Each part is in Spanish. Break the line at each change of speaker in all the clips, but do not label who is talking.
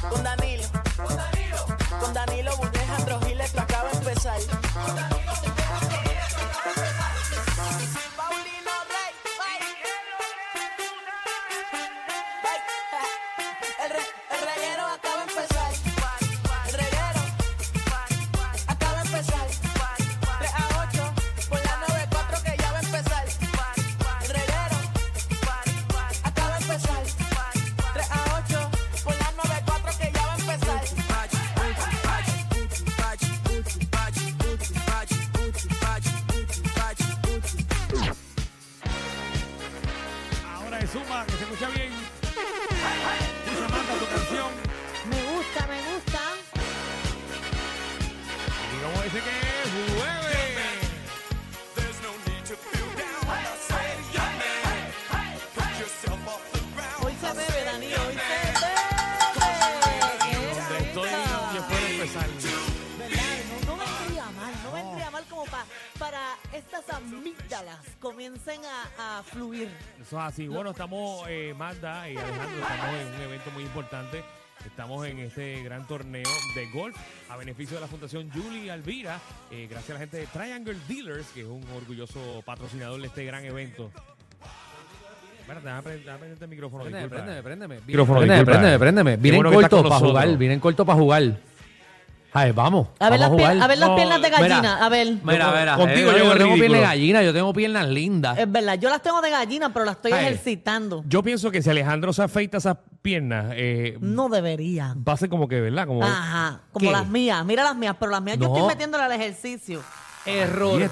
Con Danilo. Con Danilo Alejandro Giles, esto acaba de empezar. Paulino Rey, bye. El re- el reguero acaba de empezar. El reguero acaba de empezar. 3 a 8, por la 94 que ya va a empezar. El reguero acaba de empezar. 3 a 8, por la 94 que ya va a empezar.
Ahora es Zumba, que se escucha bien. Escucha, manda tu canción.
Me gusta, me gusta.
Y como dice que es jueves.
Hoy se bebe, Danilo, hoy se bebe.
Estoy después de empezar.
¿verdad? No, no vendría mal, no vendría mal como pa- para estas amígdalas comiencen a, a fluir.
Eso es así. Bueno, estamos, eh, Magda y Alejandro, estamos en un evento muy importante. Estamos en este gran torneo de golf a beneficio de la Fundación Julie Alvira. eh, gracias a la gente de Triangle Dealers, que es un orgulloso patrocinador de este gran evento. Espérate, déjame prender- déjame prender el micrófono.
Préndeme,
disculpa.
préndeme, préndeme.
Micrófono,
préndeme,
disculpa.
préndeme, préndeme.
Qué
Vienen
bueno que está
cortos
con
para
nosotros.
jugar, vienen cortos para jugar. Ay, vamos.
A ver,
vamos
las, pier-
jugar.
a ver las
No,
piernas de gallina,
mira.
a ver.
Mira, mira.
Contigo
eh,
yo hago
yo
el
tengo
ridículo.
piernas de gallina, yo tengo piernas lindas.
Es verdad, yo las tengo de gallina, pero las estoy
Ay.
ejercitando.
Yo pienso que si Alejandro se afeita esas piernas, eh,
No debería.
va a ser como que, ¿verdad? Como,
Ah,
Ajá, como
¿Qué?
las mías. Mira las mías, pero las mías yo
No.
estoy metiéndole al ejercicio.
Y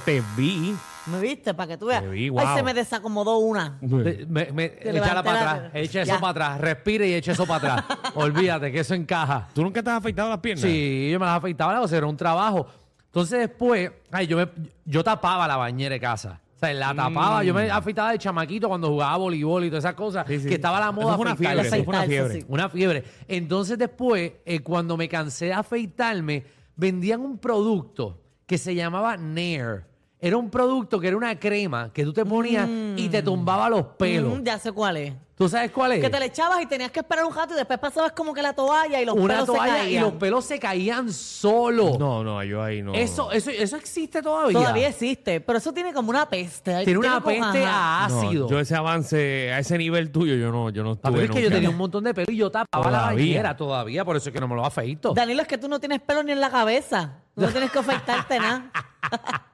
te vi.
¿Me viste? Para que tú veas.
Te vi,
Ay,
wow.
se me desacomodó una.
Te- me- me-
levanté
échala para
la-
atrás, echa eso
Ya.
para atrás, respire y echa eso para atrás. Olvídate que eso encaja.
¿Tú nunca te has afeitado las piernas?
Sí, yo me las afeitaba, o sea, era un trabajo. Entonces después, ay, yo, me, yo tapaba la bañera de casa. O sea, la tapaba, yo me afeitaba de chamaquito cuando jugaba voleibol y todas esas cosas,
Mm. Sí, sí.
que estaba la moda
Eso fue una
afeitarse.
fiebre, eso fue una
Afeitarse,
fiebre.
sí.
Una fiebre. Entonces después, eh, cuando me cansé de afeitarme, vendían un producto que se llamaba Nair. Era un producto que era una crema que tú te ponías y te tumbaba los pelos.
Mm, ya sé cuál es.
¿Tú sabes cuál es?
Que te le echabas y tenías que esperar un rato y después pasabas como que la toalla y los
una
pelos se
toalla y
caían.
los pelos se caían solos.
No, no, yo ahí no.
Eso, eso, eso existe todavía.
Todavía existe, pero eso tiene como una peste. Ay,
Tiene una
como-
peste
ajá.
a
No,
ácido.
yo ese avance, a ese nivel tuyo, yo no, yo no estuve
Papi, es que yo
nunca.
tenía un montón de pelo y yo tapaba la
Todavía.
bañera todavía, por eso es que no me lo afeito.
Danilo, es que tú no tienes pelo ni en la cabeza. Tú no tienes que afeitarte nada.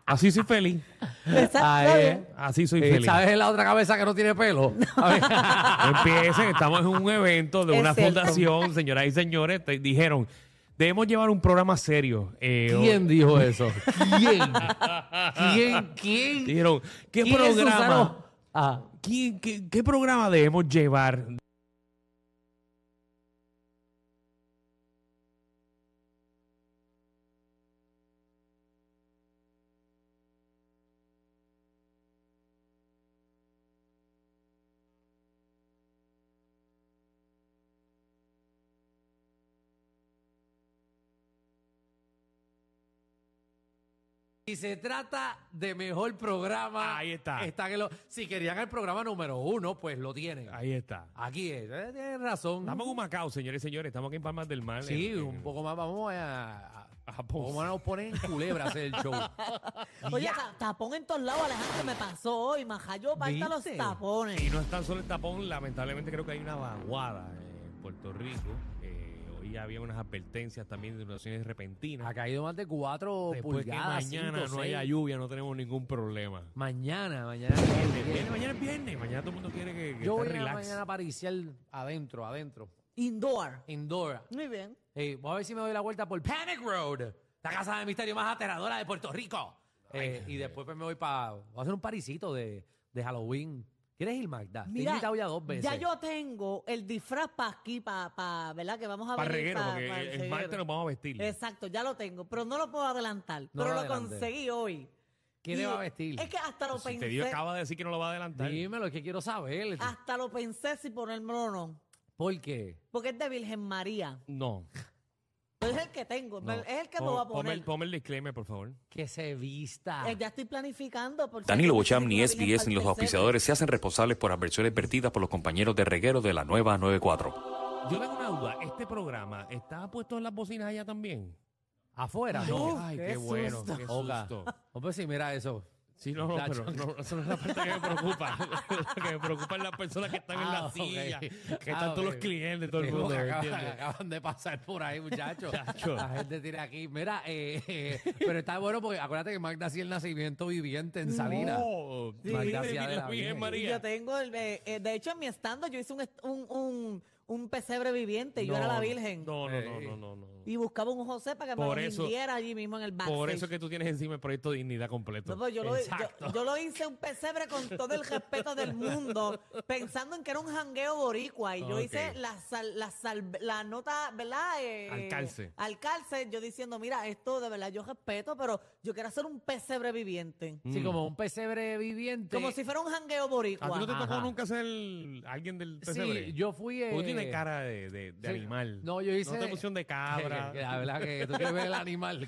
Así soy feliz.
Exacto.
Ahí
está
es.
bien.
Así soy
Ah, Eh,
feliz.
¿Sabes en la otra cabeza que no tiene pelo? A ver.
No Empiecen, estamos en un evento de
Es
una
cierto.
fundación, señoras y señores, te dijeron, debemos llevar un programa serio. Eh, o-
¿Quién dijo eso? ¿Quién? ¿Quién? ¿Quién?
Dijeron, ¿qué
¿Quién es
programa?
Susano? Ah,
¿Quién- qué, qué programa debemos llevar?
Si se trata de mejor programa,
Ahí está.
que lo- si querían el programa número uno, pues lo tienen.
Ahí está.
Aquí es. Eh, Tienes razón.
Estamos en Humacao, señores y señores. Estamos aquí en Palmas del Mar.
Sí,
en- en-
un poco más. Vamos a.
A
a
Japón.
vamos a nos poner en culebra a hacer el show.
Oye, ta- tapón en todos lados, Alejandro, me pasó hoy. Majayo, falta los
¿Viste?
Y
tapones.
no es tan solo el tapón, lamentablemente creo que hay una vaguada en Puerto Rico. Eh, hoy había unas advertencias también de inundaciones repentinas.
Ha
Ah,
caído más de cuatro
Después que
pulgadas.
mañana
cinco,
no
seis.
haya lluvia, no tenemos ningún problema.
Mañana, mañana.
Viernes, viernes, mañana es viernes, mañana todo el mundo quiere que, que
Yo
esté
voy a
relax.
mañana a pariciar adentro, adentro.
Indoor.
Indoor.
Muy bien.
Eh, voy a ver si me doy la vuelta por Panic Road, la casa de misterio más aterradora de Puerto Rico. Eh, y después pues, me voy para. Voy a hacer un parisito de, de Halloween. ¿Quieres ir, Magda? te he
Mira,
invitado ya dos veces.
ya yo tengo el disfraz para aquí, para, ¿verdad? Que vamos a
Para
venir
reguero,
pa-
porque
pa el
el
reguero.
martes nos vamos a vestir.
Exacto, ya lo tengo, pero no lo puedo adelantar.
No
pero
lo
lo
adelantes.
conseguí hoy.
¿Quién
Y
le va a vestir?
Es que hasta lo
Si
pensé.
te dio, acaba de decir que no lo va a adelantar.
Dímelo, es que quiero saber.
Hasta lo pensé si ponérmelo o no.
¿Por qué?
Porque es de Virgen María.
No.
Pero es el que tengo.
No.
Es el que
Pon-
me voy a
ponme,
poner.
el, ponme el disclaimer, por favor.
Que se vista.
Eh, Ya estoy planificando. por si
Danilo
acaso
Bocham,
tengo
ni
una Virgen
SBS
para el
ni los
tercero.
auspiciadores se hacen responsables por adversiones vertidas por los compañeros de reguero de la nueva 94.
Yo tengo una duda. ¿Este programa está puesto en las bocinas allá también?
Afuera.
No.
Uh,
Ay, qué,
qué
bueno.
susto.
Qué
Oga.
susto.
Oh, pues sí, mira eso.
Sí, no, no,
Tacho.
pero no, eso no es la parte que me preocupa. Lo que me preocupa es las personas que están en la
Ah, ok.
silla, que
Ah,
están todos los
ok.
clientes, todo el
Digo,
mundo,
que
¿me
acaban,
entiendes?
acaban de pasar por ahí, muchachos.
Chacho.
La gente tira aquí. Mira, eh, eh, pero está bueno porque acuérdate que Magda hacía el nacimiento viviente en Salinas.
Oh,
Sí.
Madre
Maldad
de
sea de
la
la
Virgen
Virgen.
Y
María.
yo tengo el. eh, eh, de hecho, en mi estando yo hice un, est- un, un, un pesebre viviente. y Yo era la Virgen.
No, no, no,
Ey.
no, no, no.
Y buscaba un José para que
Por
me
eso-
lo rindiera allí mismo en el backstage.
Por eso que tú tienes encima el proyecto Dignidad completo.
No, pues yo, lo, yo-
Exacto.
yo lo hice un pesebre con todo el respeto del mundo, pensando en que era un jangueo boricua. Y yo
Ok.
hice la, sal- la, sal- la nota, ¿verdad? Eh,
Al calce.
Al calce, yo diciendo, mira, esto de verdad yo respeto, pero yo quiero hacer un pesebre viviente.
Mm.
Sí, como un pesebre viviente.
Como si fuera un jangueo
¿A ti
boricua.
no te tocó
Ajá.
nunca ser alguien del pesebre?
Sí, yo fui. eh,
Tú tienes cara de, de, de
sí.
animal.
No, yo hice.
No te pusieron de
Ah, Que- que La
cabra,
verdad que tú quieres ver el animal.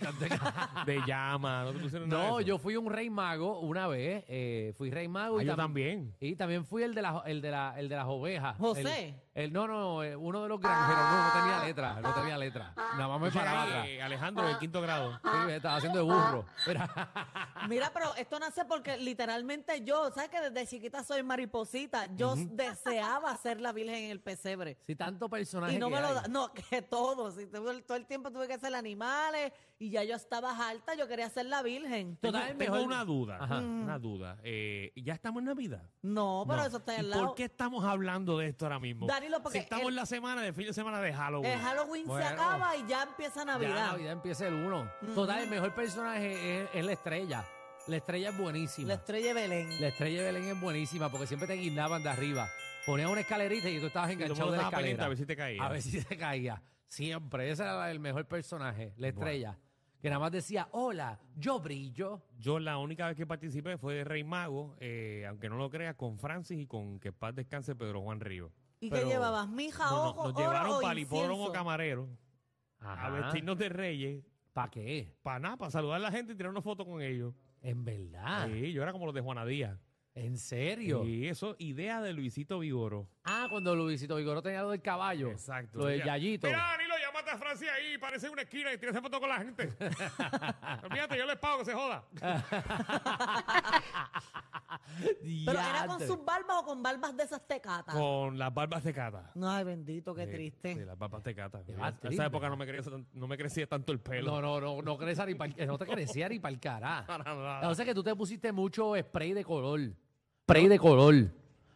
de llama, no te pusieron nada de
No,
eso.
yo fui un rey mago una vez. eh, fui rey mago.
Ah,
y
yo
tam-
también.
Y también fui el de, la, el de, la, el de las ovejas.
José.
El, el- no, no, eh, uno de los granjeros. No, no tenía letra. No tenía letra. Nada más me
Yo era,
paraba atrás.
eh, Alejandro del quinto grado.
Sí, me estaba haciendo de burro. Era-
Mira, pero esto nace porque literalmente yo, ¿sabes que desde chiquita soy mariposita? Yo deseaba ser la virgen en el pesebre.
si tanto personaje.
Y no
que
me lo
hay.
da, no, que todo, si tuve- todo el tiempo tuve que hacer animales y ya yo estaba alta, yo quería ser la virgen.
Total,
tengo, tengo
mejor-
una duda, una duda. Eh, ya estamos en Navidad.
No, pero
No.
eso está
¿Y
al lado.
¿Por qué estamos hablando de esto ahora mismo?
Danilo, porque
si estamos
el-
en la semana del fin de semana de Halloween.
El Halloween
Bueno.
se acaba y ya empieza
Ya,
Navidad.
Navidad empieza el uno. Total, el mejor personaje es, es la estrella. La estrella es buenísima.
La estrella de Belén.
La estrella de Belén es buenísima porque siempre te guindaban de arriba. Ponían una escalerita y tú estabas
el
enganchado
mundo
de la
estaba pendiente
escalera.
a ver si te caía.
A ver si te caía. Siempre. Ese era el mejor personaje, la estrella. Que nada más decía, hola, yo brillo.
Yo la única vez que participé fue de Rey Mago, eh, aunque no lo creas, con Francis y con que paz descanse Pedro Juan Río.
¿Y
Pero-
qué llevabas? Mija,
No, no,
ojo,
nos llevaron
para
palipódromo camarero a vestirnos de reyes
¿Para qué?
para nada, para saludar a la gente y tirar una foto con ellos.
En verdad.
Sí, yo era como los de Juana Díaz.
En serio.
Y eso, idea de Luisito Vigoro.
Ah, cuando Luisito Vigoró tenía lo del caballo.
Exacto.
Lo del
Mira,
Yayito.
Mira, Danilo, llámate a Francia ahí, parece una esquina y tiras foto con la gente. Olvídate, yo les pago que se joda.
Pero era con
Diantre.
sus barbas o con barbas de esas tecatas.
Con las barbas de cata.
Ay, bendito, qué
Sí,
Ah. triste.
Sí, las barbas de cata.
Qué
En
triste.
esa época no me, crecía, tan- no me crecía tanto el pelo.
No, no, no, no crecía ni pa'l- no te crecía ni para el
Para
cará.
nada.
Entonces que tú te pusiste mucho spray de color. Spray de color.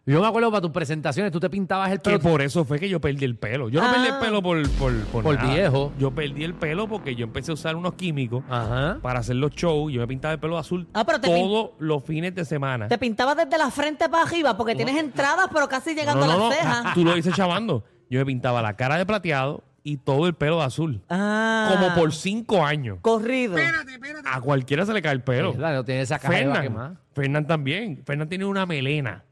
Yo me acuerdo para tus presentaciones, tú te pintabas el
Que
pelo.
por eso fue que yo perdí el pelo. Yo no
Ah.
perdí el pelo por, por, por,
Por
nada.
viejo.
Yo perdí el pelo porque yo empecé a usar unos químicos
Ajá.
para hacer los shows. Yo me pintaba el pelo azul
Ah, pero te pin-
todos los fines de semana.
Te pintabas desde la frente para arriba porque tienes entradas, pero casi llegando a las cejas.
Tú lo dices chavando. Yo me pintaba la cara de plateado y todo el pelo de azul.
Ah.
Como por cinco años.
corrido.
A cualquiera se le cae el pelo.
no tiene esa cara que más.
Fernán. Fernán también. Fernán tiene una melena.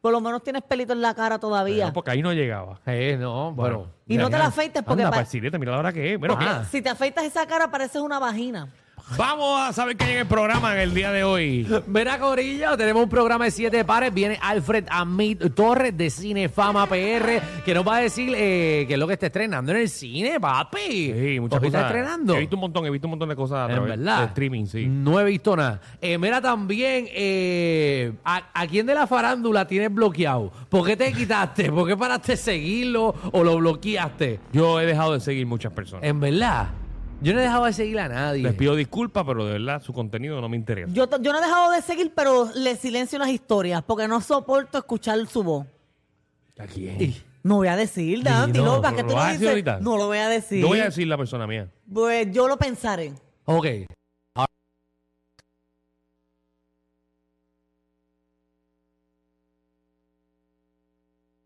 Por lo menos tienes pelito en la cara todavía.
No, porque ahí no llegaba.
Eh, no, bueno.
Y no te la afeites porque
Anda,
pa-
Parcileta, mira la hora que es. Bueno,
Ah.
Si te afeitas esa cara pareces una vagina.
Vamos a saber qué hay en el programa en el día de hoy.
Verá, Corillo, tenemos un programa de siete pares. Viene Alfred Amit Torres de Cinefama PR, que nos va a decir eh, qué es lo que está estrenando en el cine, papi.
Sí, muchas
¿Qué
cosas.
está estrenando?
He visto un montón, he visto un montón de cosas a
En
través
verdad. Mm.
de streaming, sí.
No he visto nada. Eh, mira también, eh, ¿a, a quién de la farándula tienes bloqueado? ¿Por qué te quitaste? ¿Por qué paraste de seguirlo o lo bloqueaste?
Yo he dejado de seguir muchas personas.
En verdad, yo no he dejado de seguir a nadie.
Les pido disculpas, pero de verdad su contenido no me interesa.
Yo, t- yo no he dejado de seguir, pero le silencio las historias porque no soporto escuchar su voz.
¿A quién?
Y-
No voy a decir, Dan,
Dilo,
dilo,
pero
para que
lo
tú
vas a
lo
decir
dices.
ahorita.
No lo voy a decir.
No voy a decir la persona mía.
Pues yo lo pensaré.
Ok. Ahora-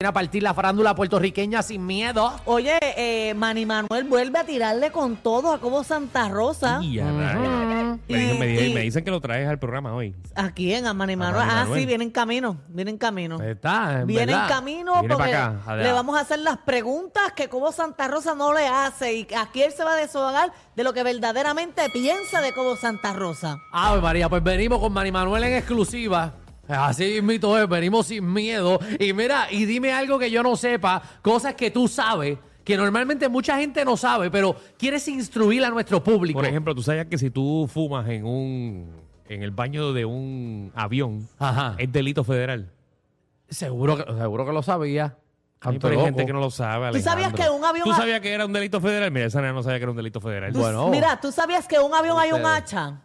Viene a partir la farándula puertorriqueña sin miedo.
Oye, eh, Manny Manuel vuelve a tirarle con todo a Cobo Santa Rosa.
Y a rayos. me, dicen, me dicen- me dicen que lo traes al programa hoy.
Aquí en Manny Manuel.
Manny
Ah,
Manuel.
sí, viene en camino, viene en camino.
Está, en
Viene en
verdad.
camino
Viene
porque
pa' acá,
le
allá.
vamos a hacer las preguntas que Cobo Santa Rosa no le hace y aquí él se va a deshogar de lo que verdaderamente piensa de Cobo Santa Rosa.
Ave María, pues venimos con Mani Manuel en exclusiva. Así mismo es, venimos sin miedo. Y mira, y dime algo que yo no sepa, cosas que tú sabes, que normalmente mucha gente no sabe, pero quieres instruir a nuestro público.
Por ejemplo, tú sabías que si tú fumas en un en el baño de un avión,
Ajá.
es delito federal.
Seguro, que- seguro que lo sabía.
Ay,
Canto
pero hay
loco.
gente que no lo sabe.
¿Tú sabías
Alejandro.
que un avión
¿Tú
a-
sabías que era un delito federal? Mira, esa nena no sabía que era un delito federal.
Tú-
Bueno.
Mira, ¿tú sabías que en un avión hay un
Ustedes.
hacha?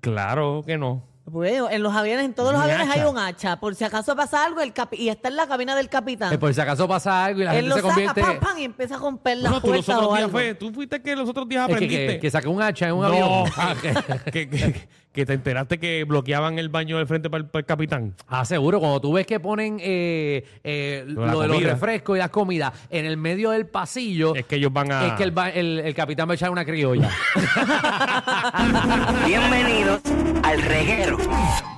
Claro que no.
Bueno, en los aviones, en todos los
Un
aviones
hacha.
hay un hacha. Por si acaso pasa algo, el capi- y está en la cabina del capitán.
Eh, por si acaso pasa algo y la
Él
gente
lo
se
saca,
convierte.
pam, pam, y empieza a romper la
no, tú los
puerta
otros
o
días
algo.
fue- tú fuiste que los otros días
Es que,
aprendiste.
que, que saca un hacha en un
no, ah,
avión. Ah,
que, que- que te enteraste que bloqueaban el baño del frente para el, para el capitán.
Ah, seguro, cuando tú ves que ponen eh, eh,
Lo de la
lo de los
comida.
refrescos y las comidas en el medio del pasillo,
Es que ellos van a.
Oh. es que el, ba- el- el capitán va a echar una criolla.
Bienvenidos al reguero.